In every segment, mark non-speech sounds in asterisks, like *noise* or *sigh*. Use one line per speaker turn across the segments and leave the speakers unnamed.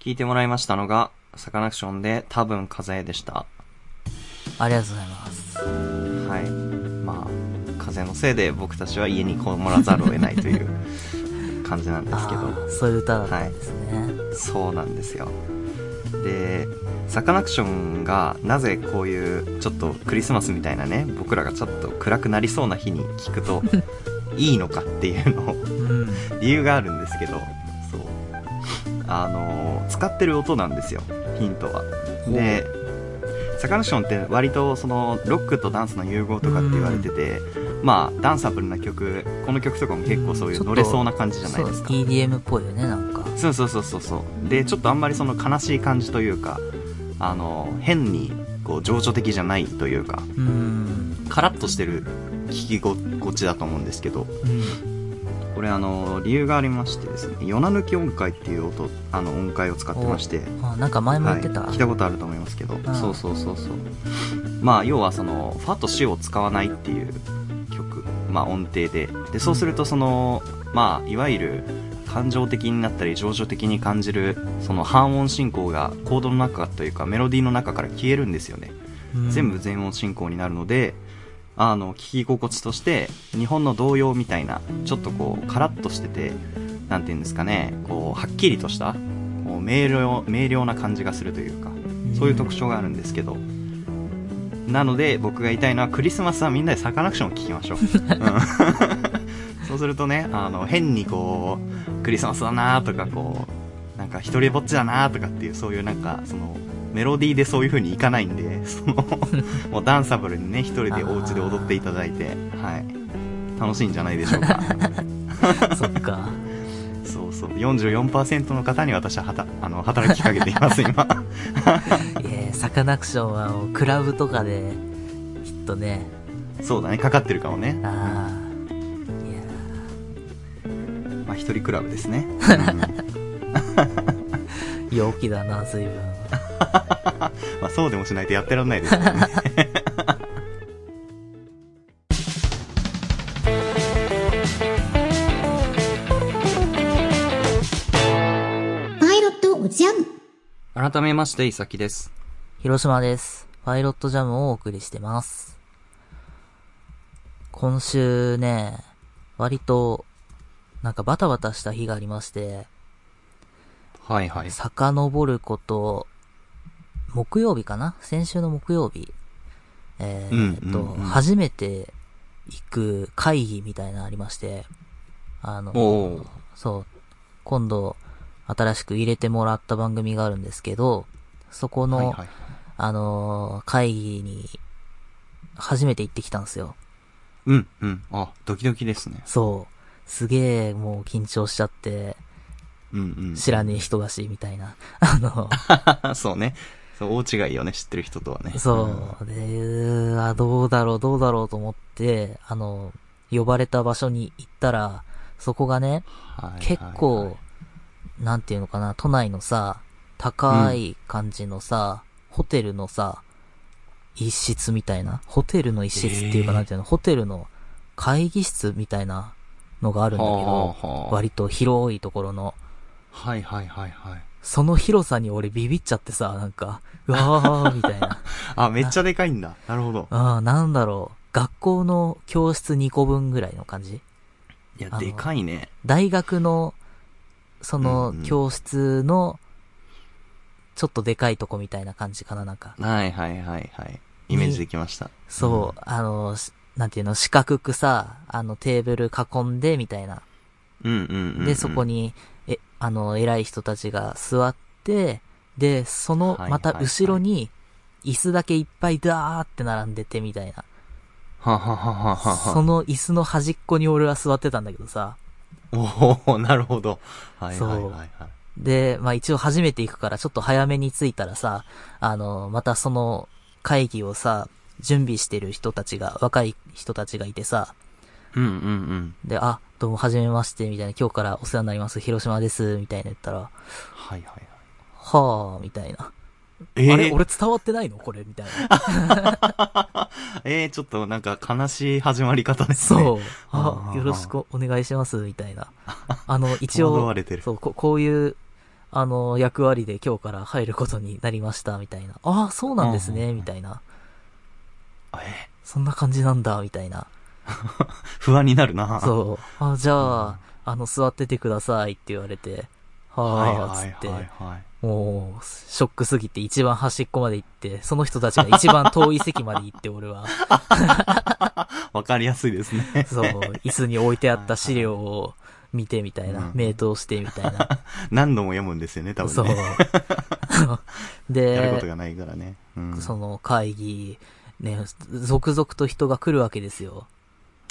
聞いてもらいましたのが、サカナクションで多分風邪でした。
ありがとうございます。
はい。まあ、風邪のせいで僕たちは家にこもらざるを得ないという感じなんですけ
あー
ど、
そういう歌だったんですね。
そうなんですよ。で、サカナクションがなぜこういうちょっとクリスマスみたいなね、僕らがちょっと暗くなりそうな日に聞くといいのかっていうのを
うん。
理由があるんですけどそうあのー使ってる音なんですよヒントはでサカナクションって割とそのロックとダンスの融合とかって言われてて、まあダンサブルな曲この曲とかも結構そうい
ちょ
う
っと
乗れそうな感じじゃない
そう
ですか
EDM っぽいよね、なんか。
そうそうそうそうそうでちょっとあんまりその悲しい感じというかあの変にこう情緒的じゃないというか
うん。
カラッとしてる聞き心地だと思うんですけど
うん。
これあの理由がありましてですね夜な抜き音階っていう音あの音階を使ってまして、
あなんか前も
は
言
い、
ってた。
聞いたことあると思いますけど、
ん
そうそうそうそうまあ要はそのファとシを使わないっていう曲、まあ、音程ででそうするとその、まあいわゆる感情的になったり情緒的に感じるその半音進行がコードの中というかメロディーの中から消えるんですよね
うん
全部全音進行になるので、あの、聞き心地として、日本の童謡みたいな、ちょっとこう、カラッとしてて、なんていうんですかね、こう、はっきりとした、こう明瞭、明瞭な感じがするというか、そういう特徴があるんですけど、なので、僕が言いたいのは、クリスマスはみんなでサカナクションを聞きましょう。うん *laughs* そうするとね、あの、変にこう、クリスマスだなとか、こう、なんか、一人ぼっちだなとかっていう、そういうなんか、その、メロディーでそういう風にいかないんで、 *laughs* その、もうダンサブルにね、一人でお家で踊っていただいて、はい。楽しいんじゃないでしょう *laughs* か。
*laughs* そっか。
そうそう。44%の方に私ははたあの働きかけています、 *laughs* 今。
えー、サカナクションはもうクラブとかで、きっとね、
そうだね、かかってるかもね。
ああ、いや
まあ、一人クラブです *laughs* ね。
ー陽気だな、随分。
まあ、そうでもしないとやってらんないですからね。
パイロットおじゃん。
改めまして、いさきです。
広島です。パイロットジャムをお送りしてます。今週ね、割と、なんかバタバタした日がありまして、
はいはい。
遡ること、木曜日かな先週の木曜日。えーっ
う
と、
んうんうん
初めて行く会議みたいなのありまして、あの、
おー
そう、今度、新しく入れてもらった番組があるんですけど、そこの、
はいはい。
あのー会議に、初めて行ってきたんですよ。
うん、うん。あ、ドキドキですね。
そう。すげえ、もう緊張しちゃって、
うん、うん。
知らねえ人だし、みたいな。あの、
*laughs* そうね。そう、大違いよね、知ってる人とはね。
そう。で、あ、どうだろう、どうだろうと思って、あの、呼ばれた場所に行ったら、そこがね、
はいはいはい
結構、なんていうのかな、都内のさ、高い感じのさ、ホテルのさ、一室みたいな、ホテルの一室っていうか
えー
なんていうの、ホテルの会議室みたいなのがあるんだけ
は
ど、
あはあ
割と広いところの、
はいはいはいはい。
その広さに俺ビビっちゃってさ、なんか、うわー、みたいな。
あ、めっちゃでかいんだ。なるほど。
ああ、なんだろう。学校の教室2個分ぐらいの感じ。
いや、
あの
でかいね。
大学の、その
うんうん、
教室の、ちょっとでかいとこみたいな感じかな、なんか。
はいはいはいはい。イメージできました。
そう、あの、しなんていうの、四角くさ、あの、テーブル囲んで、みたいな。
うんうんうんうん。
で、そこに、え、あの、偉い人たちが座って、で、その、
はい
また後ろに、椅子だけいっぱいダーって並んでて、みたいな。
ははははは
そ
は。
の椅子の端っこに俺は座ってたんだけどさ。
おおなるほど。はい
そう
はいはいはい。
で、まあ一応初めて行くからちょっと早めに着いたらさ、あの、またその会議をさ、準備してる人たちが、若い人たちがいてさ、
うんうんうん。
で、あ、どうも、はじめまして、みたいな、今日からお世話になります、広島です、みたいな言ったら、は
はいはいはい。
ぁ、みたいな。
えー、
あれ、俺伝わってないのこれ、みたい *laughs* な。
えー、ちょっとなんか悲しい始まり方ですね。
そう。
あ
あ、
ー
*laughs* よろしくお願いします、みたいな。あの、一
戸
応
惑われてる、
そうこ、こういう、あの、役割で今日から入ることになりました、みたいな。ああ、そうなんですね、みたいな。
あえ
そんな感じなんだ、みたいな。
不安になるな。
そう。あ、じゃあ、あの、座っててくださいって言われて、
はい
は
は
ぁ、
い
つって、
はいはい。
もう、ショックすぎて一番端っこまで行って、その人たちが一番遠い席まで行って、
*laughs*
俺は、
わかりやすいですね。
そう、椅子に置いてあった資料を見てみたいな
う、ん
名答してみたいな。
何度も読むんですよね、 *laughs* 多
そう
分ね。。 *laughs* やること
で、
がないからね。うん。
その会議、ね、続々と人が来るわけですよ。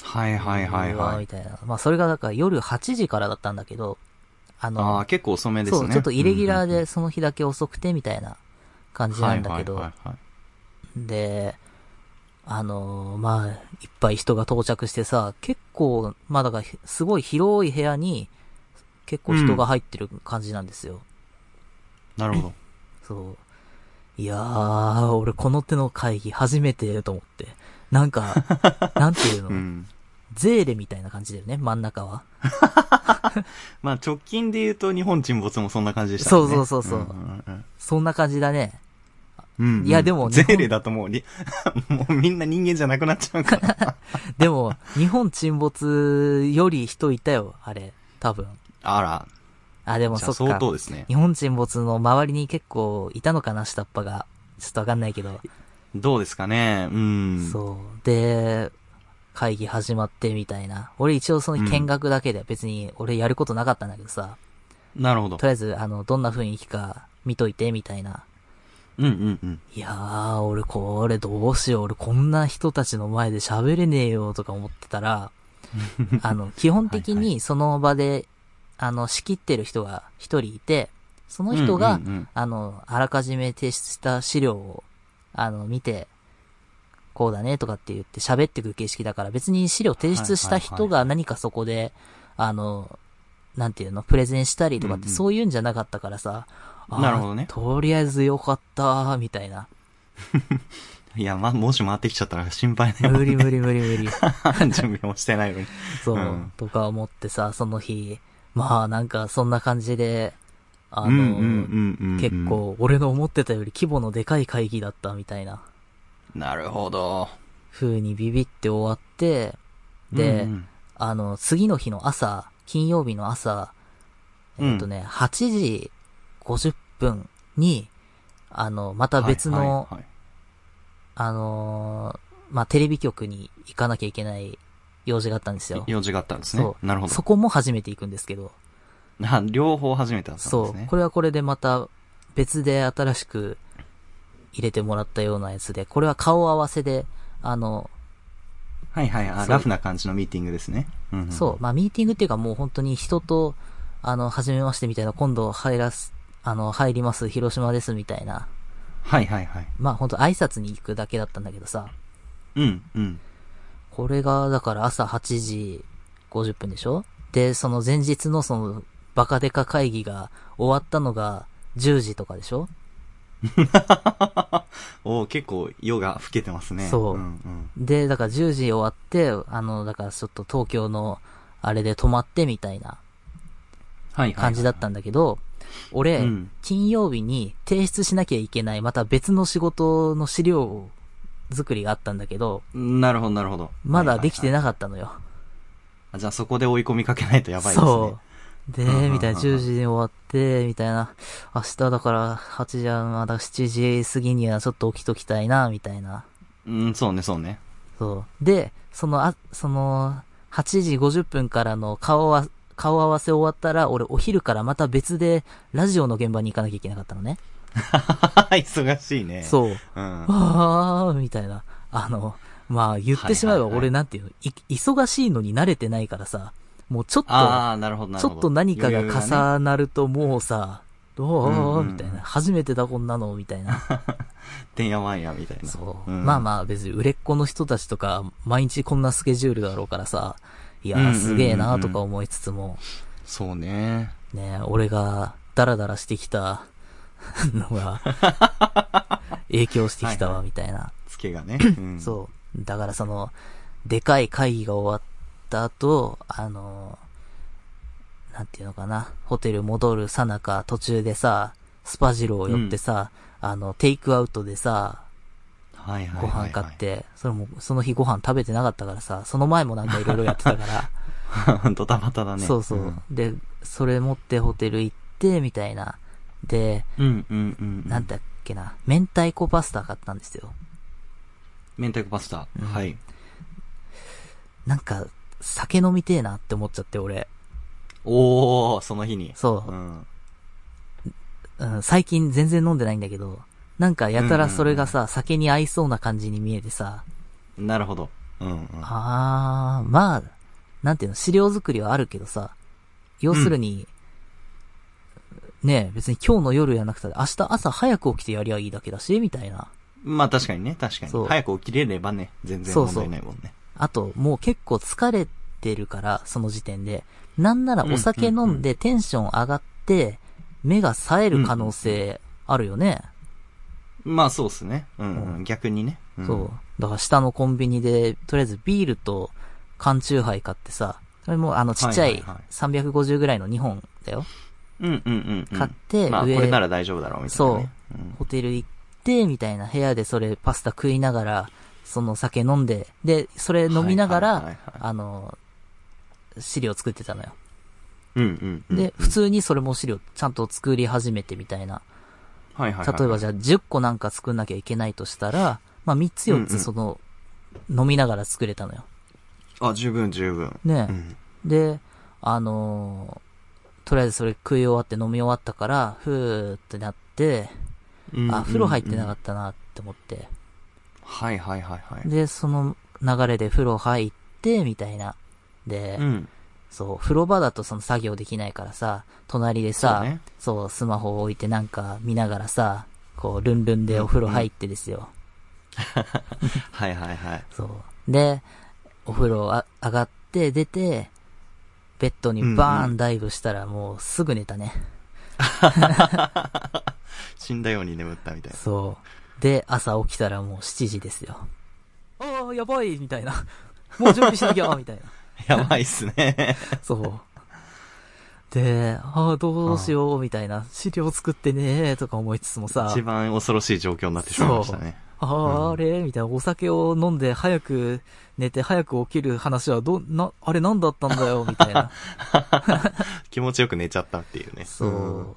はいはいはいう
わー
は
み
い。
たいな。まあ、それがだから夜8時からだったんだけど、あの、
ああ、結構遅めです
そ
ね。
う、ちょっとイレギュラー
うんうん
でその日だけ遅くてみたいな感じなんだけど、
はいはいはいはい
で、あのーまあ、いっぱい人が到着してさ、結構、まあだから、すごい広い部屋に、結構人が入ってる感じなんですよ。
なるほど。
そう。いやー、俺この手の会議初めてと思って。な
*laughs*
んか、なんていうの、
うん。
ゼーレみたいな感じだよね、真ん中は。
まあ直近で言うと日本沈没もそんな感じでした
そ
も
うん
ね。
そうそうそうん
んうん
そんな感じだね。
うんうん
いやでも
ゼーレだともうに、もうみ *laughs* んな人間じゃなくなっちゃう
*laughs*
から。
でも、日本沈没より人いたよ、あれ。多分。
あら、
あ、でも
じゃ
そ
あ
っ
相
か。
当ですね。
日本沈没の周りに結構いたのかな、下っ端が。ちょっとわかんないけど。
どうですかねうん。
そう。で、会議始まってみたいな。俺一応その見学だけで、別に俺やることなかったんだけどさ。
なるほど
と。りあえず、あの、どんな雰囲気か見といて、みたいな。
うんうんうん。
いやー、俺これどうしよう。俺こんな人たちの前で喋れねえよとか思って
*laughs*
たら、あの、基本的
はい
にその場で、あの、仕切ってる人が一人いて、その人が、
うんうんうん
あの、あらかじめ提出した資料を、あの、見て、こうだねとかって言って喋ってくる形式だから、別に資料提出した人が何かそこで、あの、なんていうの、プレゼンしたりとかっ
うん
て
うん
そういうんじゃなかったからさ、あー
なるほどね
とりあえずよかった、みた
*laughs*
いな。
いや、ま、もし回ってきちゃったら心配だ
*laughs*
よ。 *laughs*
無理無理無理無理。
準備もしてないのに。
そう、
うん
とか思ってさ、その日、まあなんかそんな感じで、あの、
うんうんうんうんうん
結。構俺の思ってたより規模のでかい会議だったみたいな
なるほど。
風にビビって終わって、で、
うんうん
あの、次の日の朝、金曜日の朝、えっ、とね、8時50分に、あの、また別の、
はいはいはい
あのーまあ、テレビ局に行かなきゃいけない用事があったんですよ。
用事があったんですね
そ。う。
なるほど
そ。こも初めて行くんですけど。
な両方初めてだったんで
そ
すね。
う。これはこれでまた別で新しく入れてもらったようなやつで、これは顔合わせで、あの、
はいはいあ。
そう
ラフな感じのミーティングですね。うんうん
そう、まあミーティングっていうかもう本当に人と、あの、初めましてみたいな、今度入らす、あの、入ります、広島ですみたいな。
はいはいはい。
まあ本当挨拶に行くだけだったんだけどさ、
うんうん。 *laughs*
これがだから朝8時50分でしょで、その前日のそのバカデカ会議が終わったのが10時とかでしょ
おー結構夜が更けてますね。
そうん
ん
で、だから10時終わって、あの、だからちょっと東京の、あれで泊まってみたいな
はいはい。
感じだったんだけど、
う
俺
ん、
金曜日に提出しなきゃいけない、また別の仕事の資料作りがあったんだけど、
なるほどなるほど。
まだできて
い。
なかったのよ。
あじゃあそこで追い込みかけないとやばいですね。
そう。で
うんうんうんう、ん
みたいな、10時に終わって、みたいな、明日だから8時はまだ7時過ぎにはちょっと起きときたいな、みたいな。
うん、そうねそうね。 *laughs*
そう。で、その、あ、その、8時50分からの顔は、顔合わせ終わったら、俺お昼からまた別で、ラジオの現場に行かなきゃいけなかったのね。
忙しいね。う。
そう。
うん。
わー、みたいな。 *laughs* あの、まあ、言ってしまえば
はいはいはい
俺なんていうの、い忙しいのに慣れてないからさ、もうちょっと、
ああ、なるほどなる
ち
ほ
ょ
ど。
っと何かが
余裕ね
重なるともうさ、
うん
ど
う
うん
うん
みたいな。初めてだこんなの、みた
*laughs*
いな。
てんやわんやみたいな。
そう。
ん
まあまあ別に売れっ子の人たちとか、毎日こんなスケジュールだろうからさ、いや
うんうんう
ー
んうん
すげえなーとか思いつつも、
そうね。
ねえ俺がダラダラしてきたの
*laughs*
が、影響してきた
はい
わ、
は
みたいな。
つけがね。うん
そう。だからその、でかい会議が終わった後、あのー、なんていうのかな、ホテル戻るさなか途中でさ、スパジロー寄ってさ、あの、テイクアウトでさ、
はいはい
ご
はい、は
飯
い。
買って、それも、その日ご飯食べてなかったからさ、その前もなんかいろいろやってたから、
ドタバタ *laughs* だね。
そうそう、で、それ持ってホテル行って、みたいな。で、
うんうんうん。
なんだっけな、明太子パスタ買ったんですよ。
明太子パスタ。
うん
はい。
なんか、酒飲みてえなって思っちゃって、俺。
おー、その日に。
そうう、
ん。
うん。最近全然飲んでないんだけど、なんかやたらそれがさ、酒に合いそうな感じに見えてさ、
なるほど。うんうん。
あー、まあ、なんていうの、資料作りはあるけどさ、要するに、ねえ、別に今日の夜やなくて、明日朝早く起きてやりゃいいだけだし、みたいな。
まあ確かにね、確か
そう
に。早く起きれればね、全然
そう
問
そう
題ないもんね。
あと、もう結構疲れてるから、その時点で。なんならお酒飲んでテンション上がって、目が冴える可能性あるよね。
まあそうっすね。うんうん。逆にね。ん
そう。だから下のコンビニで、とりあえずビールと缶チューハイ買ってさ、それもあのちっちゃ
はいいはいはい
350ぐらいの2本だよ。
うんうんうんうん。
買って
まあこ
上
れなら大丈夫だろう、みたいなね。
そうホテル行って、みたいな部屋でそれパスタ食いながら、その酒飲んで、で、それ飲みなが
はいはい
ら
はいはい、
あの、資料作ってたのよ。
うん。うんうんうん。
で、普通にそれも資料ちゃんと作り始めてみたいな。
はいはいはい。
例えばじゃあ10個なんか作んなきゃいけないとしたら、まあ3つ4
うん
つ
うん
その、飲みながら作れたのよ。
あ、十分十分。
ねえ
うん
で、あのーとりあえずそれ食い終わって飲み終わったから、ふーってなって、
うん
あ、風呂入ってなか
っ
ったなって思って。
た。はいはいはいはい。
で、その流れで風呂入って、みたいな。で、
うん。
そう、風呂場だとその作業できないからさ、隣で
そ
さ、
うね
そう、スマホを置いてなんか見ながらさ、こう、ルンルンでお風呂入ってですよ。
はいはいはい。
そう。で、お風呂あ上がって出て、ベッドにバーンダイブしたらもうすぐ寝たね。
*laughs* 死んだように眠ったみたいな。
そう。で、朝起きたらもう7時ですよ。ああ、やばいみたい *laughs* な。もう準備しなきゃみたいな。
やばいっす *laughs* ね。
*laughs* そう。で、ああ、どうしよう、みたいな。資料作ってねーとか思いつつもさ
一、番恐ろしい状況になってしまいましたね。
ああ、あれみたいな。お酒を飲んで早く寝て早く起きる話はど、な、あれ何だったんだよ、みたいな。
気持ちよく寝ちゃったっていうね。
*laughs* そ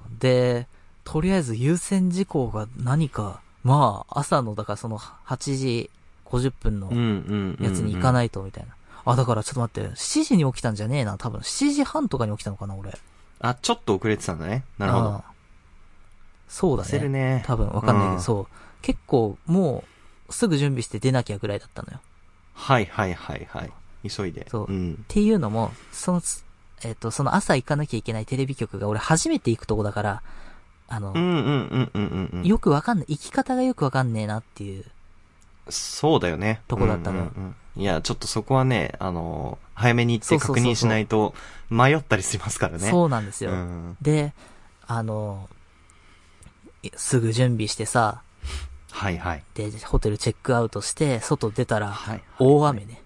う。で、とりあえず優先事項が何か、まあ、朝の、だからその8時50分の
うん。うんうんうん。。
やつに行かないいと、みたいな。あ、だからちょっと待って、7時に起きたんじゃねえな、多分。7時半とかに起きたのかな、俺。
あ、ちょっと遅れてたんだね。なるほ
あ
ど。
あ。そうだ
焦る
ね。
ね。
多分、わかんないけど、
うん
そう。結構、もう、すぐ準備して出なきゃぐらいだったのよ。っ
はいはいはいはい。急いで。
そ
う
う
ん。
ていうのも、そのつ、えっ、と、その朝行かなきゃいけないテレビ局が俺初めて行くとこだから、あの
う、んうんうんうんうんうん。
よくわかんない、行き方がよくわかんねえなっていう。
そうだよね。
とこだったの
う
よ
んうんうんいや、ちょっとそこはね、あのー早めに行っ
そ
て
うそうそう
確
そう
認しないと迷ったりしますからね。
そうなんですよ。
うん。
で、あの、いすぐ準備してさ、
はいはい。
で、ホテルチェックアウトして、外出たら、
はい
大雨ね。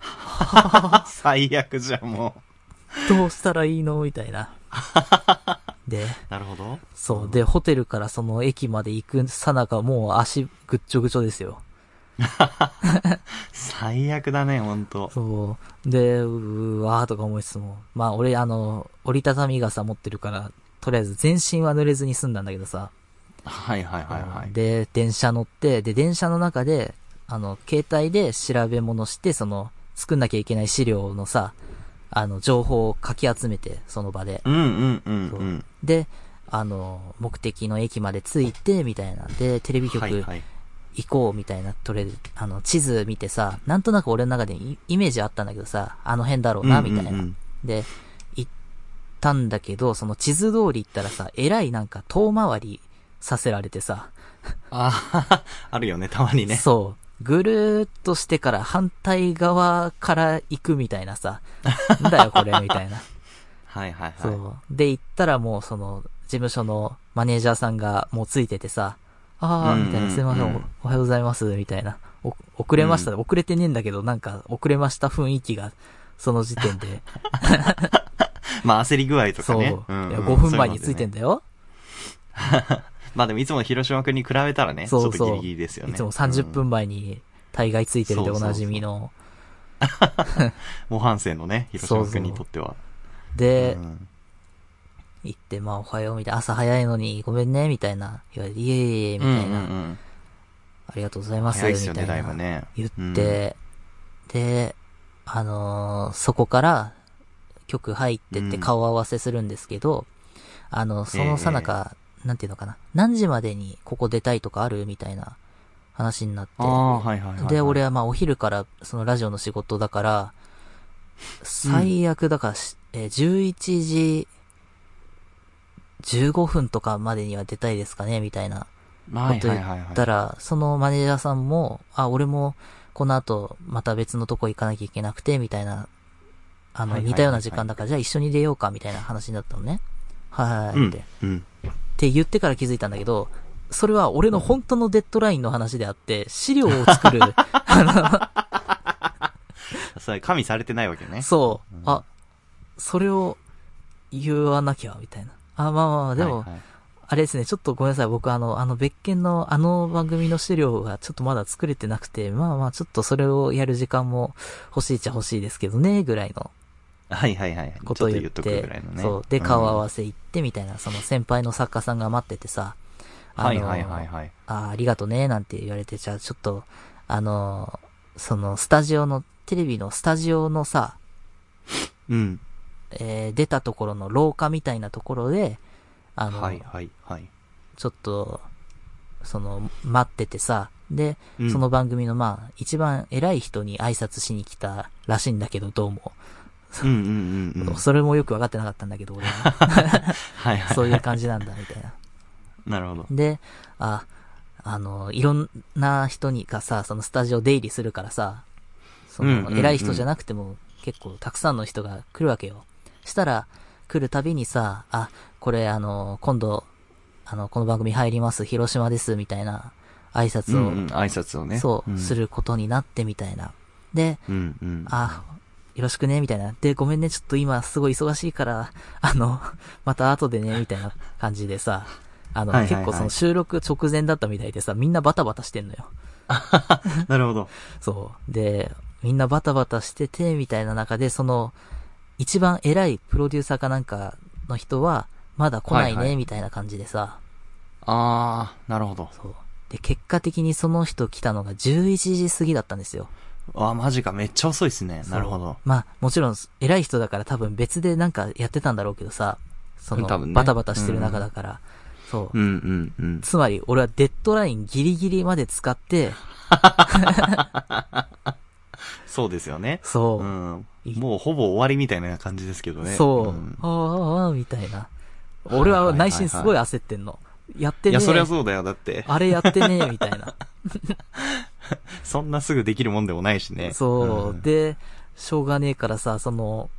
*laughs* 最悪じゃんも
どうしたらいいのみた
*laughs*
いな。で、
う。なるほど。
そう。で、ホテルからその駅まで行くさなか、もう足ぐっちょぐちょですよ。
最悪だね、ほんと。
そう。で、うわーとか思いつつも。まあ、俺、あの、折りたたみ傘持ってるから、とりあえず全身は濡れずに済んだんだけどさ。
はいはいはいはい。
で、電車乗って、で、電車の中で、あの、携帯で調べ物して、その、作んなきゃいけない資料のさ、あの、情報をかき集めて、その場で。
うんうんうん
そう
うん。
で、あの、目的の駅まで着いて、みたいな。で、テレビ局
はいはい。
行こう、みたいな、とりあえず、あの、地図見てさ、なんとなく俺の中でイイメージあったんだけどさ、あの辺だろうな、みたいな。
うんうんうん
で、行ったんだけど、その地図通り行ったらさ、えらいなんか遠回りさせられてさ、
あ *laughs* あるよね、たまにね。
そう。ぐるーっとしてから反対側から行くみたいなさ。なんだよこれ、みたいな。
*laughs* はいはい
そ
は
う。で、行ったらもうその、事務所のマネージャーさんがもうついててさ、あ
うんう
ー、
ん
みたいな、すいません、
うん
おおはようございます、みたいな。お遅れました、
*laughs*
遅れてねえんだけど、なんか、遅れました雰囲気が、その時点で。
い。まあ焦り具合とか
そう。
ね。ん
いや
うん
5分前についてん
そううのでね
だよ。
まあでもいつもの広島君に比べたらね、ち
そう
ょ
そ
っ
う
とギリギリですよね。
いつも30
うん。
分前に大概ついてるでおなじみの。
模範生のね、広島君にとっては。
で、
うん
行って、まあおはようみたいな、朝早いのにごめんね、みたいな。言われて、いえいえいえ、み
うん
たいな。
うんうん
ありがとうございます、
早いっすよ
みた
ね、だい
い
ぶ
な。
ね。
言って、で、あのーそこから曲入ってって
うん
顔合わせするんですけど、あの、そのさなか、なんていうのかな、何時までにここ出たいとかあるみたいな話になって
あ、あ、はいはいはいはい。
で、俺はまあお昼からそのラジオの仕事だから、最悪だからし、えー11時15分とかまでには出たいですかねみたいな
は
こ
い
と
は
言
いはいは
っ
い。
たら、そのマネージャーさんも、あ、俺もこの後また別のとこ行かなきゃいけなくて、みたいな、あ
は
の、
いはいはい
似たような時間だから、じゃあ一緒に出ようか、みたいな話になったのね。はいはいはい、
う
っ
ん
て。っ。
うん。
て言ってから気づいたんだけど、それは俺の本当のデッドラインの話であって、資料を作る、
それ、加味されてないわけね。
そう、あ、それを言わなきゃ、みたいな。あ、まあまあまあ、でも、
はいはい
あれですね、ちょっとごめんなさい。僕、あの、あの、別件の、あの番組の資料がちょっとまだ作れてなくて、まあまあ、ちょっとそれをやる時間も欲しいっちゃ欲しいですけどね、ぐらいの
はいはいはい。ちょ
こ
っと
とを
言
言
っ
っ
と
て、
くぐらいのね。
そう。で、顔合
うん
わせ行って、みたいな、その先輩の作家さんが待っててさ、あの
はいはいはいはい。
あーありがとね、なんて言われて、じゃあちょっと、あのー、その、スタジオの、テレビのスタジオのさ、
うん。
えー出たところの廊下みたいなところで、あの、
はいはいはい。
ちょっと、その、待っててさ、で、
うん
その番組のまあ、一番偉い人に挨拶しに来たらしいんだけど、どうも。
うんうんうんうん。
それもよくわかってなかったんだけど、俺
*laughs*
は。
はいはい。
そういう感じなんだ、みたいな。
なるほど。
で、あ、あの、いろんな人にがさ、そのスタジオ出入りするからさ、そ
うんうんう
の、
ん
偉い人じゃなくても、結構たくさんの人が来るわけよ。したら、来るたびにさ、あ、これあの、今度、あの、この番組入ります、広島です、みたいな挨
う
拶
ん
を、
うん。挨拶をね。
そう、
ん
す。ることになってみたいな。で、
うんうん。
あ、よろしくね、みたいな。で、ごめんね、ちょっと今すごい忙しいから、 *laughs* あの、また後でね、みたいな感じでさ、あの、
はいはいはい
結構その収録直前だったみたいでさ、みんなバタバタしてんのよ。
なるほど。
そう。で、みんなバタバタしてて、みたいな中で、その、一番偉いプロデューサーかなんかの人は、まだ来ないね、
はいはい
みたいな感じでさ、
あー、なるほど。
そう。で、結果的にその人来たのが11時過ぎだったんですよ。
あー、マジか。めっちゃ遅いっすね。
そう
なるほど。
まあ、もちろん、偉い人だから多分別でなんかやってたんだろうけどさ、その、
多分ね
バタバタしてる中だから、そう。
うんうんうん。
つまり、俺はデッドラインギリギリまで使って、
そうですよね。
そうう、
ん。もうほぼ終わりみたいな感じですけどね。
そう、
ん
ああ、ああ、みたいな。俺は内心すごい焦ってんの。やって
い
ね
や、そりゃ
え、
そうだよ。だって、
あれやってねえ、みたいな。
そんなすぐできるもんでもないしね。
そう、
ん
で、しょうがねえからさ、その、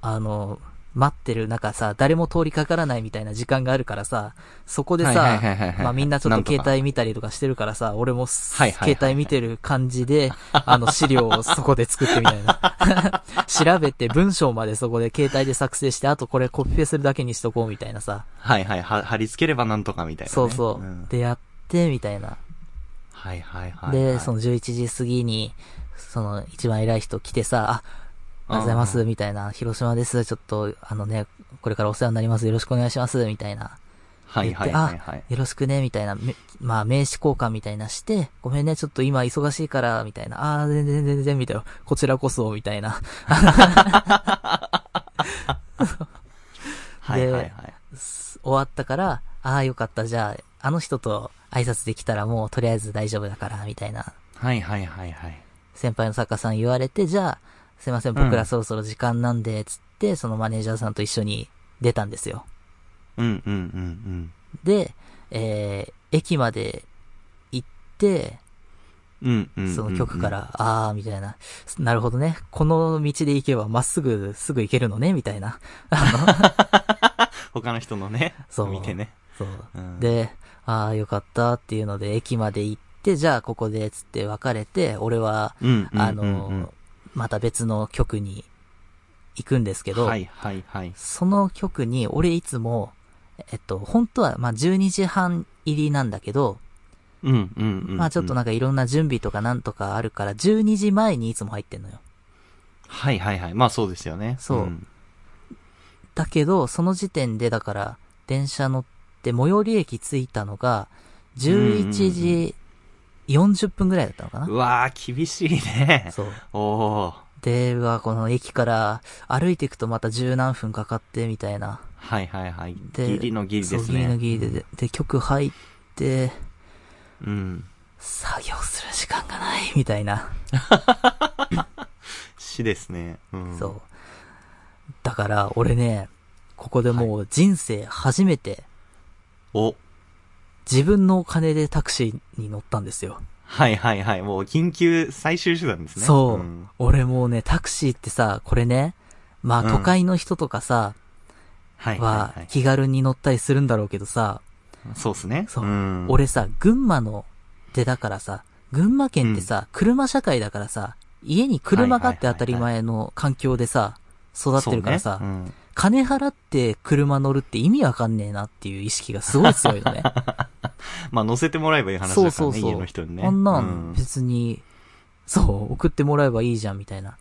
あの、待ってる中さ、誰も通りかからないみたいな時間があるからさ、そこでさ、
はいはいはいはいはい
まあみんなちょ
な
っ
ん
と
とか
携帯見たりとかしてるからさ、俺もす、
はいはいはいはい
携帯見てる感じで、あの資料をそこで作ってみた
*laughs*
いな。調べて文章までそこで携帯で作成して、あとこれコピペするだけにしとこうみたいなさ。
はいはい。は貼り付ければなんとかみたいなね。
そうそう。
ん
で、やって、みたいな。
はいはいはいはい。
で、その11時過ぎに、その一番偉い人来てさ、あ、ありがとうございます、みたいな、広島です、ちょっと、あのね、これからお世話になります、よろしくお願いします、みたいな。
はいはい
言っ
は
て
いはい。
あ、よろしくね、みたいな、めまあ名刺交換みたいなして、ごめんね、ちょっと今忙しいから、みたいな、あー全然全然、みたいな、こちらこそ、みたいな。
はいはいはい。
す終わったから、ああ、よかった、じゃあ、あの人と挨拶できたらもうとりあえず大丈夫だから、みたいな。
はいはいはいはい。
先輩の作家さん言われて、じゃあ、すいません、僕らそろそろ時間なんで、つって、そのマネージャーさんと一緒に出たんですよ。
うんうんうん
で、えー、駅まで行って、
うん。うんうんうんうん。
その局から、あー、みたいな。なるほどね。この道で行けばまっすぐ、すぐ行けるのね、みたいな。
他の人のね、
そう
見てね。
そう。
うん
で、あー、よかったっていうので、駅まで行って、じゃあ、ここで、つって別れて、俺は、
うんうんうんうん
あの、また別の局に行くんですけど、
はいはいはい。
その局に俺いつも、えっと、本当はまあ12時半入りなんだけど、
うんうんうん、うん。
まあちょっとなんかいろんな準備とかなんとかあるから、12時前にいつも入ってんのよ。
はいはいはい。まあそうですよね。
そうんだけど、その時点でだから、電車乗って最寄り駅着いたのが、11時40分ぐらいだったのか
う
な。
わー、厳しいね。
そう。
おー。
で、うわこの駅から歩いていくとまた十何分かかって、みたいな。
はいはいはい。
で、
ギリのギリで
そ
す
うギリの
ね。
ギリで、で、で曲入って、
うん。
作業する時間がない、みたいな。
死ですね。うん。
そう。だから、俺ね、ここでもう人生初めて、
お。
自分のお金でタクシーに乗ったんですよ。
はいはいはい。もう緊急最終手段ですね。
そう、
ん
俺もうね、タクシーってさ、これね、まあ
うん
都会の人とかさ、
はいは
はい
はい。
気軽に乗ったりするんだろうけどさ、
そうですね。
そう、
ん、
俺さ、群馬の出だからさ、群馬県ってさ、車社会だからさ、家に車があって当たり前の環境でさ、育ってるからさ、
そうねうん
金払って車乗るって意味わかんねえなっていう意識がすごい強いよね。
まあ乗せてもらえばいい話だから
そう
ね、
そうそう。
家の人にね。
あんな
うんん
別に、そう、送ってもらえばいいじゃんみたいな。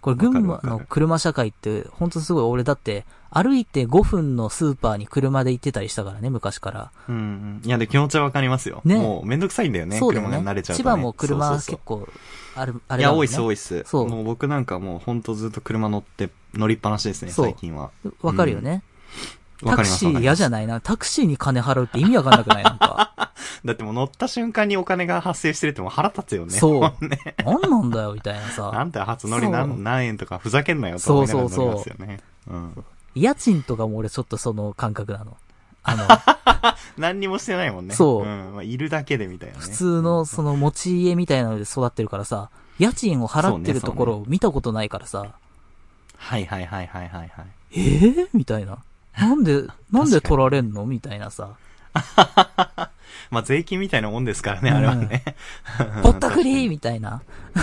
これ群馬
わかるわ
の
かる
車社会って、ほんとすごい俺だって、歩いて5分のスーパーに車で行ってたりしたからね、昔から。
うんうん。いや、で、気持ちはわかりますよ。
ね
もうめんどくさいんだよね。
そうだよ
車
ね。
が慣れちゃうと、
千
ね。
葉も車
そうそうそう
結構、ある、あ
い
れだ
や、
もん
多
ね。
いっす、多いっす。
そう
もう僕なんかもうほんとずっと車乗って乗りっぱなしですね、
そう
最近は。
わかるよね。
わか
タク
ります
シー嫌じゃ
ない
ないな。タクシーに金払うって意味わかんなくないなんか。
だってもう乗った瞬間にお金が発生してるってもう腹立つ *laughs* よね。。
そう
*laughs* ね。
なんなんだよ、みたいな
あ
さ。
んた初乗り
そう
何何円とかふざけんなよと思いながら
そうそう
乗
そう
りますよね。うん。
家賃とかも俺ちょっとその感覚なの。あの、
何にもしてないもんね。
そう
うん。まあ、いるだけでみたいなね。
普通のその持ち家みたいなので育ってるからさ、家賃を払ってるところを見たことないからさ、
はいはいはいはいはいはい。
ええみたいな。なんで、なんで取られんのみたいなさ。
まあ、税金みたいなもんですからね、あれはね。
ぼったくりみたいな。 *laughs*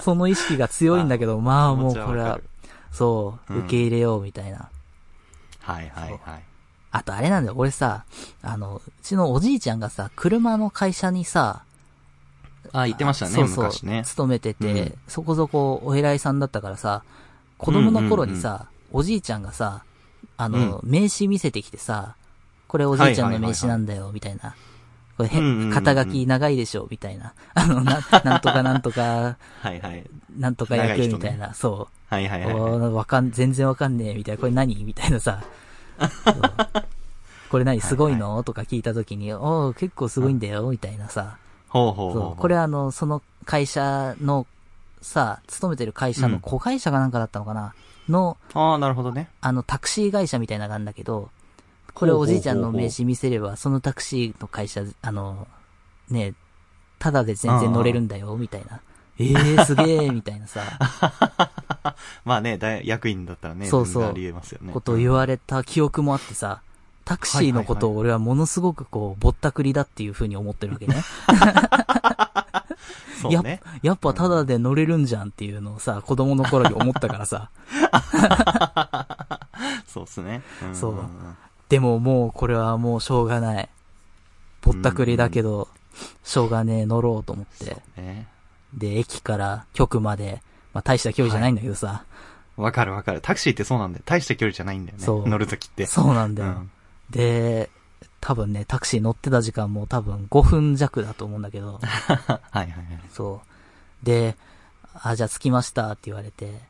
その意識が強いんだけど、まあもう
気持ち
これ
わか
は
る、
そう、
うん
受け入れようみたいな。
はいはいはい。
あとあれなんだよ、俺さ、あの、うちのおじいちゃんがさ、車の会社にさ、
あ、言ってましたね、
そうそう
昔ね。
勤めてて、
うん
そこそこお偉いさんだったからさ、子供の頃にさ、おじいちゃんがさ、あの、名刺見せてきてさ、これおじいちゃんの名刺なんだよ、みたいな。これへ、
うんうんうんうん
肩書き長いでしょ、みたいな。あの、
*laughs*
な、なんとかなんとか、
はいはい。
なんとか
長い人
役、
ね
みたいな。そ。
はいはいうはい
お
はい。
ーわかん、全然わかんねえ、みたいな。これ何みたいなさ。
*laughs*
そうこれ何すごいの、とか聞いた時に、おー結構すごいんだよ、みたいなさ。
ほうほうほう
そ
ほ
う、
う。
これはあの、その会社の、さ、勤めてる会社
う
の
ん
子会社かなんかだったのかな、の、
ああ、なるほどね。
あの、タクシー会社みたいなのがあるんだけど、これ
ほうほ
お
うほうほう
じいちゃんの名刺見せれば、そのタクシーの会社、あの、ね、ただで全然乗れるんだよ、みたいな。ええー、すげえ、みたいなさ、 *laughs*
まあね、大役員だったらね、
そうそう
全然あり得ますよね。
ことを言われた記憶もあってさ、タクシーのことを俺はものすごくこう、ぼったくりだっていう風に思ってるわけね。 *laughs*
そうね。
やっぱただで乗れるんじゃんっていうのをさ、子供の頃に思ったからさ。
そうっすね。ん
そうん
ん
でももうこれはもうしょうがない。ぼったくりだけど、しょうがねえ乗ろうと思って。
ね。
で、駅から局まで、まあ大した距離じゃないんだけどさ。
わかるわかる。タクシーってそうなんだよ。大した距離じゃないんだよね。
そう
乗るときって。
そうなんだ
う
よ、
ん。 *laughs*
で、多分ね、タクシー乗ってた時間も多分5分弱だと思うんだ
*laughs*
け
は
ど、
いはいはい。
そう。で、あ、じゃあ着きましたって言われて、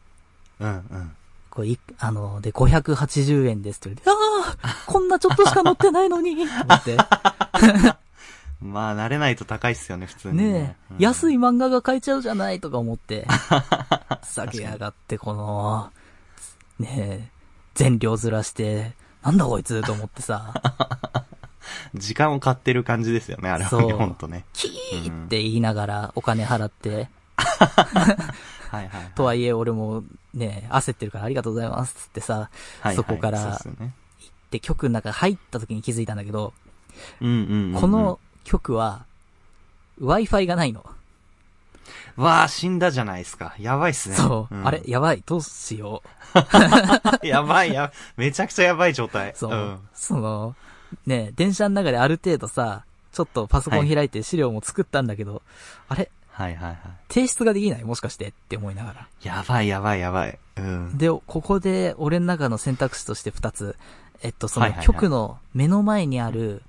うんうん。
こうい、あの、で、580円ですって言われて、ああこんなちょっとしか乗ってないのにと思って。
まあ、慣れないと高いっすよね、普通に。
ね
い。
え、安い漫画が買えちゃうじゃないとか思
*laughs*
って、酒上がってこの、ねえ、全量ずらして、なんだこいつと思ってさ、
時間を買ってる感じですよね、あれは
そ
ね、
う
ほんとね。
キーって言いながらお金払って、
はいはいはい。
とはいえ俺もね、焦ってるからありがとうございますっつってさ、
はいはい
そこから
そうっすよね
で局の中入った時に気づいたんだけど、
うんうんうんうん。
この局は、Wi-Fi がないの。
わあ、死んだじゃないですか。やばいっすね。
そう。
ん
あれ、やばい、どうしよ
*laughs* やばいや、めちゃくちゃやばい状態。
う。そう。
ん。
その、ねえ電車の中である程度さ、ちょっとパソコン開いて資料も作ったんだけど、あれ、
はいはいはい。
提出ができないもしかしてって思いながら。
やばいやばいやばい。うん。
で、ここで俺の中の選択肢として2つ。えっと、そ
はい
の
はいはい
局の目の前にある、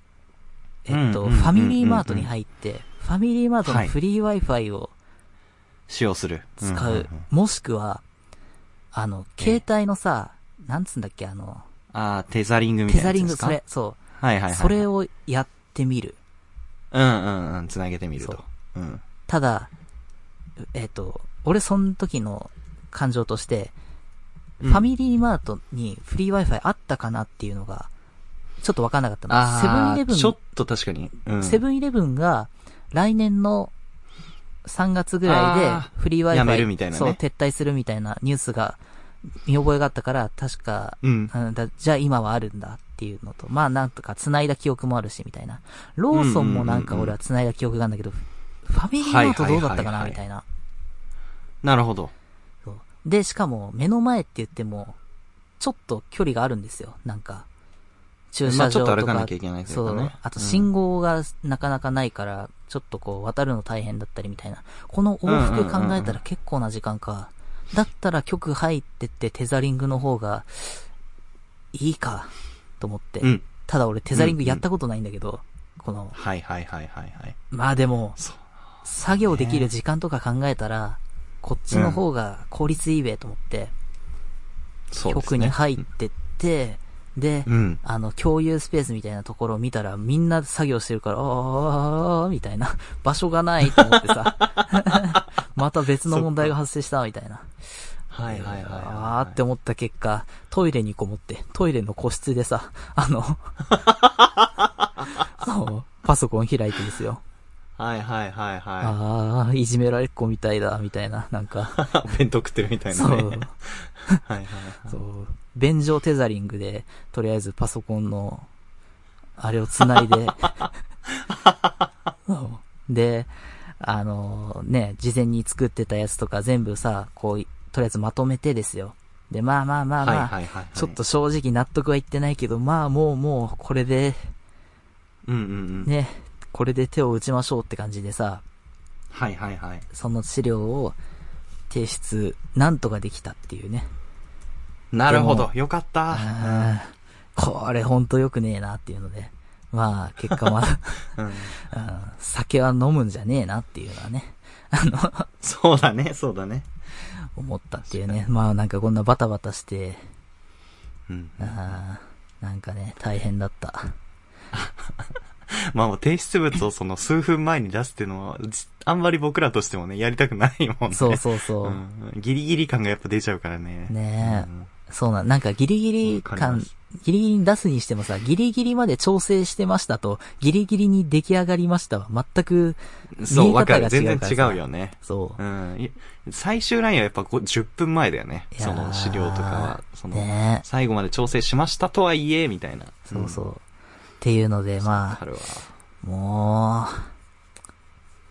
えっ
うん
と、
うん
ファミリーマートに入って、ファミリーマートのフリー Wi-Fi を
使用する。
使
んんん
う。もしくは、あの、携帯のさ、なんつうんだっけ、あの、
ああ、テザリングみた
テ
いな
ザ
やつ
リン
で
グ、
すか。
それ、そ
はいはいは
う。
い。
それ。をやってみる。
うんうんうん、繋げてみる
そ
と。うん。
ただ、えっと、俺その時の感情として、
うん
ファミリーマートにフリー Wi-Fi あったかなっていうのが、ちょっとわかんなかったの。セブン
あ
イレ
あ、
ブン
ちょっと確かに。うん。
セブンイレブンが来年の3月ぐらいで
あー
フリー Wi-Fi
やめるみたいなね
そう、撤退するみたいなニュースが見覚えがあったから、確か、
うん
うんだじゃあ今はあるんだっていうのと、まあなんとか繋いだ記憶もあるしみたいな。ローソンもなんか俺は繋いだ記憶があるんだけど、ファミリーマートどうだったかな
はいはいはいはい
みたいな。
なるほど。
そうで、しかも目の前って言っても、ちょっと距離があるんですよ、なんか。駐
ま
車
あちょ
場
っ
と
と歩
か。
かなきゃいけないという
そ
かね
う。あと信号がなかなかないから、ちょっとこう渡るの大変だったりみたいな。この往復考え
うんうんうん
た
う
ら結構な時間か。だったら局入ってってテザリングの方が、いいか、と思って。
うん。
ただ俺テザリングやったことないんだけど、この、
はいはいはいはいはい。
まあでも、
そう
作業できる時間とか考えたら、こっちの方が効率いいべと思って、
そうです
局
ね。
に入ってって、で、
うん。
あの、共有スペースみたいなところを見たら、みんな作業してるから、あー、みたいな、 *laughs* 場所がないと思ってさ、 *laughs* また別の問題が発生した、みたいな。
はいはいはいはいはい。
あーって思った結果、トイレにこもって、トイレの個室でさ、
*laughs*
あの、そう、パソコン開いてですよ。
はいはいはいは
あー、いじめられっ子みたいだ、みたいな、なんか、
い。 *laughs* お弁当食ってるみたい
そ
なね。、
う
*laughs* はいはい
そう、便乗テザリングで、とりあえずパソコンの、あれを繋
*laughs*
いで、そうで、あのね、事前に作ってたやつとか全部さ、こう、とりあえずまとめてですよ。で、まあまあまあまあ、
はいはいはい。
ちょっと、正直納得はいってないけど、まあもうもう、これで、
うんうんうん。
ね、これで手を打ちましょうって感じでさ、
はいはいはい。
その資料を提出、なんとかできたっていうね。
なるほ
で
ど。
も
よかった。
あーこれほんと良くねえなっていうので。まあ、結果は、 *laughs*
うん
うん酒は飲むんじゃねえなっていうのはね、あの、
そうだね、そうだね。
思ったっていうね。まあなんかこんなバタバタして、
うん。
あーなんかね、大変だった。
まあもう提出物をその数分前に出すっていうのは、じあんまり僕らとしてもね、やりたくないもんね。
そうそうそう。
ん。ギリギリ感がやっぱ出ちゃうからね。
ねえそうなん、なんかギリギリ
わかりま
感
す、
ギリギリに出すにしてもさ、ギリギリまで調整してましたと、ギリギリに出来上がりましたは、全く
うんそう、わかる。
見え
全
方
然
が違うからさ
違うよね。
そう
う。ん。い最終ラインはやっぱこう10分前だよね。
いや
そ
ー
の資料とかは、その、
ねえ
最後まで調整しましたとはいえ、みたいな。
そうそう。っていうので、
うん。
ま
わか
あ、
るわ。
もう、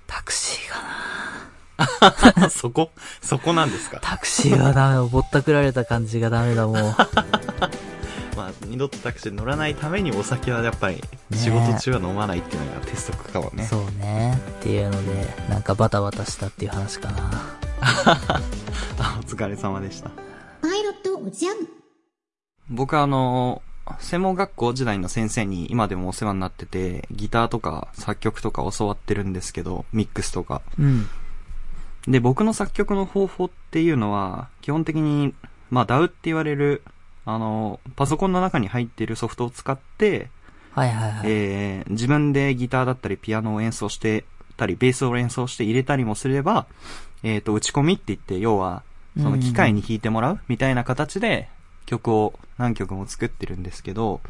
タクシーが
*laughs*
な、
そこそこなんですか。
タクシーがダメだ、ぼったくられた感じがダメだ、もう。
まあ、二度とタクシーに乗らないためにお酒はやっぱり、
え
仕事中は飲まないっていうのが鉄則かもね。
*laughs* そうね。っていうので、なんかバタバタしたっていう話かな。
あお疲れ様でした。
パイロットおじゃん
僕はあの、専門学校時代の先生に今でもお世話になってて、ギターとか作曲とか教わってるんですけど、ミックスとか。
うん。
で、僕の作曲の方法っていうのは、基本的に、まあ DAW って言われる、あの、パソコンの中に入っているソフトを使って、
はいはいはい。
えー自分でギターだったりピアノを演奏してたり、ベースを演奏して入れたりもすれば、えっ、と、打ち込みって言って、要は、その機械に弾いてもらうみたいな形で曲を何曲も作ってるんですけど、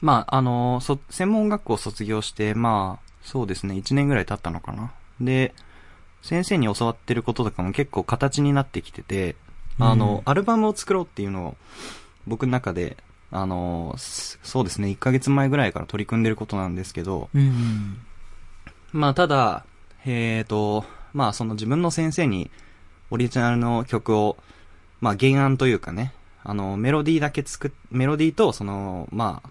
まあ、あの、そ、専門学校を卒業して、まあ、そうですね、1年ぐらい経ったのかな。で、先生に教わってることとかも結構形になってきてて、あの、アルバムを作ろうっていうのを、僕の中で、あの、すそうですね、1ヶ月前ぐらいから取り組んでることなんですけど、
うん。
まあ、ただ、えっ、と、まあその自分の先生にオリジナルの曲を、まあ原案というかね、あの、メロディーだけ作っ、メロディーとその、まあ、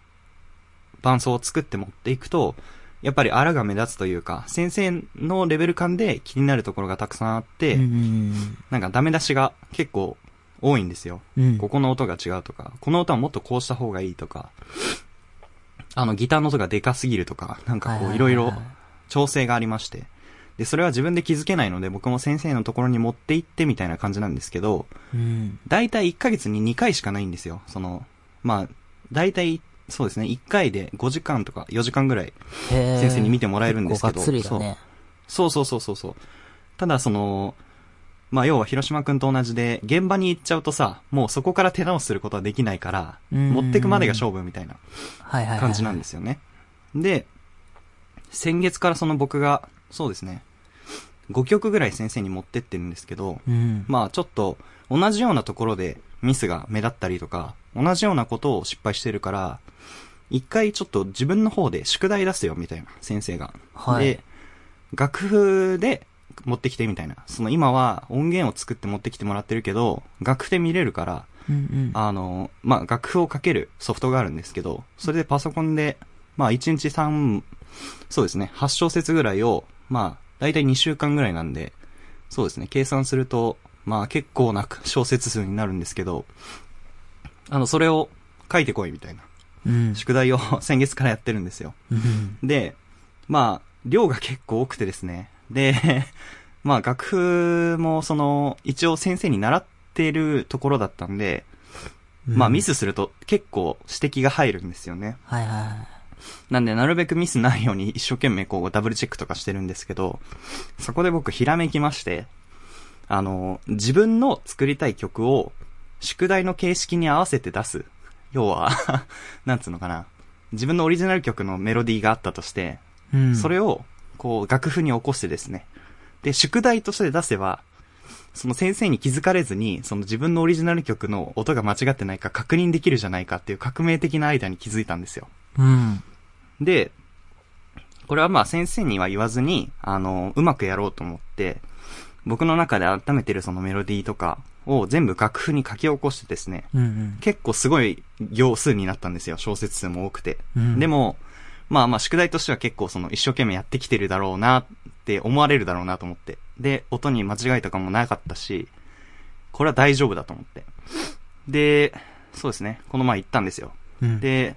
伴奏を作って持っていくと、やっぱり荒が目立つというか、先生のレベル感で気になるところがたくさんあって、
うん
なんかダメ出しが結構多いんですよ。
うん
ここの音が違うとか、この音はもっとこうした方がいいとか、あのギターの音がでかすぎるとか、なんかこういろいろ調整がありまして。で、それは自分で気づけないので、僕も先生のところに持って行ってみたいな感じなんですけど、
うん。
だいたい1ヶ月に2回しかないんですよ。その、まあ、だいたい、そうですね、1回で5時間とか4時間ぐらい
先
先生に見てもらえるんですけど
がっつりだね。
そうそうそうそうそう。ただその、まあ要は広島くんと同じで、現場に行っちゃうとさ、もうそこから手直しすることはできないから、
うん
持ってくまでが勝負みたいな
はいはいはい。
感じなんですよね。で、先月からその僕が、そうですね、5曲ぐらい先生に持ってってるんですけど、
うん。
まあちょっと同じようなところでミスが目立ったりとか、同じようなことを失敗してるから、一回ちょっと自分の方で宿題出すよみたいな、先生が。
はい
で、楽譜で持ってきてみたいな。その今は音源を作って持ってきてもらってるけど、楽譜で見れるから、
うんうん。
あの、まあ、楽譜をかけるソフトがあるんですけど、それでパソコンで、まあ、1日3、そうですね、8小節ぐらいを、まあ、だいたい2週間ぐらいなんで、そうですね、計算すると、まあ、結構な小節数になるんですけど、あの、それを書いてこいみたいな、
うん。
宿題を先月からやってるんですよ。
うん
で、まあ、量が結構多くてですね。で、まあ、楽譜も、その、一応先生に習ってるところだったんで、まあミ。スすると結構指摘が入るんですよね。
はいはいはい。
なんでなるべくミスないように一生懸命こうダブルチェックとかしてるんですけど、そこで僕ひらめきまして、あの、自分の作りたい曲を宿題の形式に合わせて出す。要は、 *laughs* なんつうのかな。自分のオリジナル曲のメロディーがあったとして、
うん。
それを、こう、楽譜に起こしてですね。で、宿題として出せば、その先生に気づかれずに、その自分のオリジナル曲の音が間違ってないか確認できるじゃないかっていう革命的な間に気づいたんですよ。
うん。
で、これはまあ先生には言わずに、あの、うまくやろうと思って、僕の中で温めてるそのメロディーとかを全部楽譜に書き起こしてですね、
うんうん。
結構すごい行数になったんですよ。小説数も多くて。
うん
でも、まあまあ宿題としては結構その一生懸命やってきてるだろうなって思われるだろうなと思って。で、音に間違いとかもなかったし、これは大丈夫だと思って。で、そうですね。この前行ったんですよ。
うん、
で、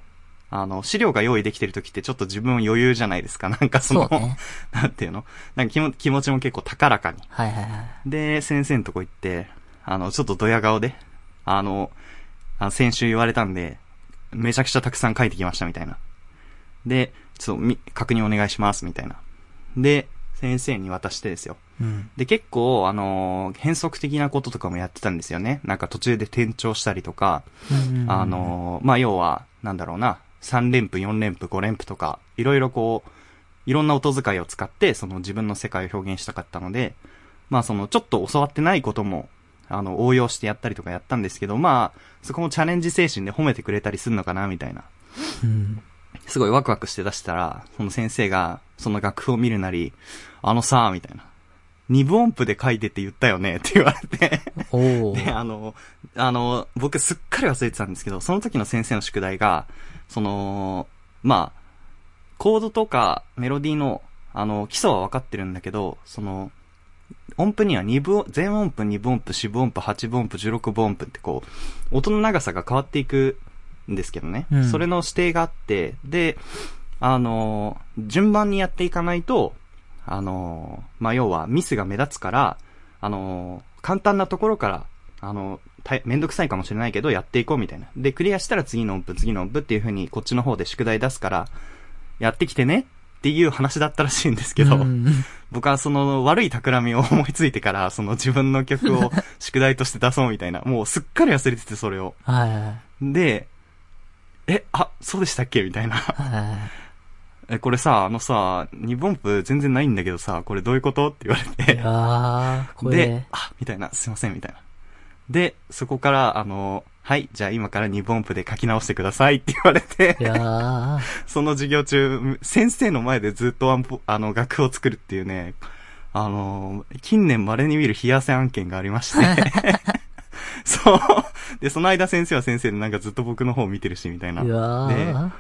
あの、資料が用意できてる時ってちょっと自分余裕じゃないですか。なんかそ
そ
の、
うね。
なんていうのなんか気も気持ちも結構高らかに。
はいはいはい。
で、先生のとこ行って、あの、ちょっとドヤ顔で、あの、あ先週言われたんで、めちゃくちゃたくさん書いてきましたみたいな。で、ちょっとみ、確認お願いしますみたいな。で、先生に渡してですよ。
うん。
で、結構、あのー変則的なこととかもやってたんですよね。なんか途中で転調したりとか、
うんうん
あ、のーまあ、要は、なんだろうな、3連符、4連符、5連符とか、いろいろこう、いろんな音遣いを使って、その自分の世界を表現したかったので、まあ、その、ちょっと教わってないことも、あの、応用してやったりとかやったんですけど、まあ、そこもチャレンジ精神で褒めてくれたりするのかな、みたいな。
うん。
すごいワクワクして出したら、その先生が、その楽譜を見るなり、あのさ、みたいな。二分音符で書いてって言ったよね、って言われて。
おお。
で、あの、あの、僕すっかり忘れてたんですけど、その時の先生の宿題が、その、まあ、コードとかメロディーの、あの、基礎は分かってるんだけど、その、音符には二分、全音符、二分音符、四分音符、八分音符、十六分音符ってこう、音の長さが変わっていくんですけどね。
うん
それの指定があって、で、あの、順番にやっていかないと、あの、まあ、要はミスが目立つから、あの、簡単なところから、あの、ためんどくさいかもしれないけど、やっていこうみたいな。で、クリアしたら次の音符、次の音符っていう風に、こっちの方で宿題出すから、やってきてねっていう話だったらしいんですけど、
うん
僕はその悪い企みを思いついてから、その自分の曲
*laughs*
を宿題として出そうみたいな、もうすっかり忘れてて、それを。
はいはいはい
で、え、あ、そうでしたっけみたいな。
はいはい。
え、これさ、あのさ、二分音符全然ないんだけどさ、これどういうことって言われて。
ああ、これ
で、あ、みたいな、すいません、みたいな。で、そこから、あの、はい、じゃあ今から2分音符で書き直してくださいって言われて
い、やー、
その授業中、先生の前でずっとアンポあの、楽譜を作るっていうね、あの、近年稀に見る冷や汗案件がありまして。
*laughs*
そう。で、その間先生は先生でなんかずっと僕の方を見てるし、みたいな。
うわ
で、
ー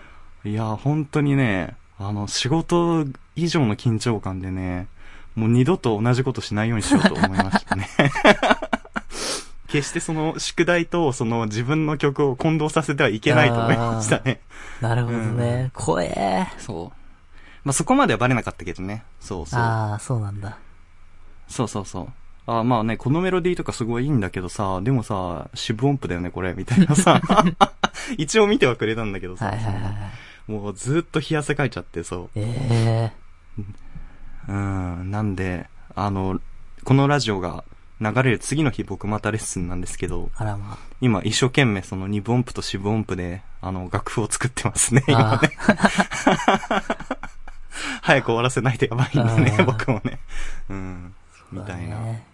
いや、本当にね、あの、仕事以上の緊張感でね、もう二度と同じことしないようにしようと思いました
*laughs*
ね。決してその宿題とその自分の曲を混同させてはいけないと思いましたね。
なるほどね。怖え。
そう。まあ、そこまではバレなかったけどね。そうそう。
ああ、そうなんだ。
そうそうそう。あまあね、このメロディーとかすごいいいんだけどさ、でもさ、四分音符だよね、これ、みたいな
*laughs*
さ。一応見てはくれたんだけどさ。
はいはいはい。
もうずっと冷や汗かいちゃって、そう。
ええ
うん、なんで、あの、このラジオが流れる次の日僕またレッスンなんですけど、
あらま
今一生懸命その二分音符と四分音符で、あの、楽譜を作ってますね、今
あ
ね。早く終わらせないとやばいんでね
あ、ー
僕もね。うん。
あ。
みたいな。
そうだね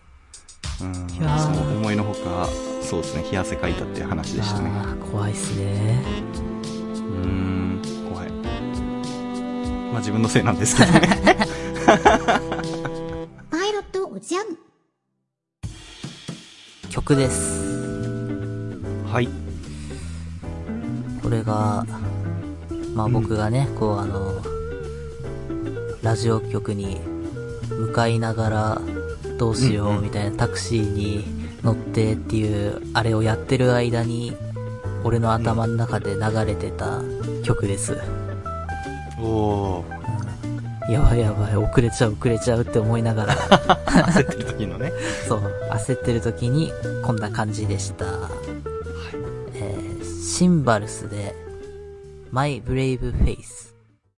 うん。そ
やー
の思いのほか、そうですね、冷や汗かいたっていう話でしたね。
あー怖いっすね。
うーん、怖い。まあ自分のせいなんですけど
*laughs*
ね。
パイロットおじゃん
曲です。
はい。
これが、まあ
うん
僕がね、こうあの、ラジオ局に向かいながら、どうし
う
よ
んう
うんみたいなタクシーに乗ってっていう、あれをやってる間に、俺の頭の中で流れてた曲です。
おー、
やばいやばい、遅れちゃう遅れちゃうって思いな
*laughs*
がら、
焦ってる時のね。
そう、焦ってる時にこんな感じでした。えーシンバルスで、My Brave Face。